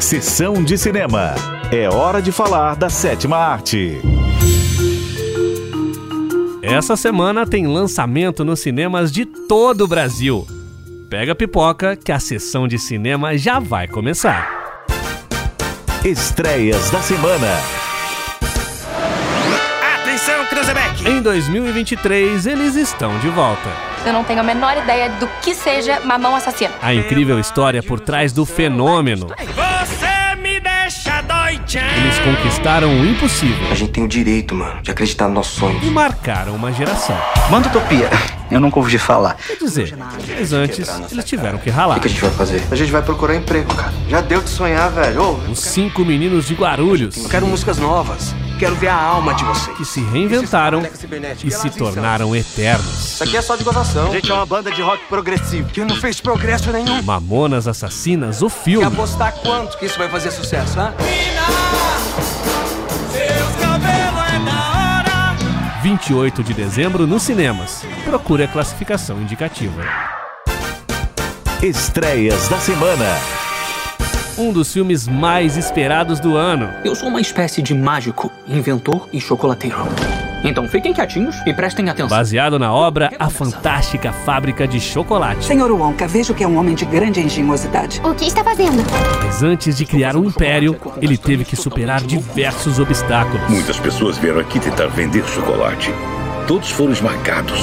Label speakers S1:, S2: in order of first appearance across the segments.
S1: Sessão de cinema. É hora de falar da sétima arte.
S2: Essa semana tem lançamento nos cinemas de todo o Brasil. Pega a pipoca que a sessão de cinema já vai começar.
S1: Estreias da semana.
S3: Atenção, Cruzebeck!
S2: Em 2023, eles estão de volta.
S4: Eu não tenho a menor ideia do que seja mamão assassino.
S2: A incrível história por trás do fenômeno.
S3: Você me deixa doidinho!
S2: Eles conquistaram o impossível
S5: A gente tem o direito, mano, de acreditar no nosso sonho.
S2: e marcaram uma geração.
S6: Manda utopia. Eu nunca ouvi falar.
S2: Quer dizer, mas antes eles tiveram que ralar.
S5: O que a gente vai fazer?
S6: A gente vai procurar emprego, cara. Já deu de sonhar, velho. Ô,
S2: Os cinco meninos de Guarulhos
S6: eu quero músicas novas. Quero ver a alma de vocês.
S2: que se reinventaram e se tornaram eternos.
S6: Isso aqui é só de gozação. A gente é uma banda de rock progressivo que não fez progresso nenhum.
S2: Mamonas Assassinas, o
S6: E
S2: filme.
S6: apostar quanto que isso vai fazer sucesso, hã?
S2: 28 de dezembro nos cinemas. Procure a classificação indicativa.
S1: Estreias da semana.
S2: Um dos filmes mais esperados do ano.
S7: Eu sou uma espécie de mágico, inventor e chocolateiro. Então fiquem quietinhos e prestem atenção.
S2: Baseado na obra A Fantástica Fábrica de Chocolate.
S8: Senhor Wonka, vejo que é um homem de grande engenhosidade.
S9: O que está fazendo?
S2: Mas antes de criar um império, ele teve que superar diversos obstáculos.
S10: Muitas pessoas vieram aqui tentar vender chocolate. Todos foram esmagados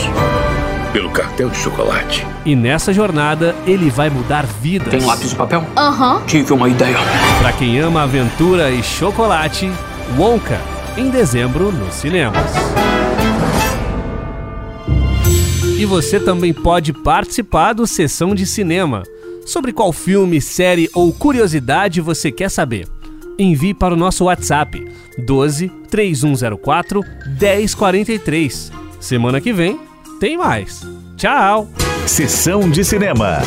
S10: pelo cartel de chocolate.
S2: E nessa jornada, ele vai mudar
S7: Tem um
S2: vidas.
S7: lápis de papel?
S9: Aham.
S7: Tive uma ideia.
S2: Pra quem ama aventura e chocolate, Wonka, em dezembro nos cinemas. E você também pode participar do Sessão de Cinema. Sobre qual filme, série ou curiosidade você quer saber? Envie para o nosso WhatsApp 12 3104 1043. Semana que vem tem mais. Tchau!
S1: Sessão de cinema.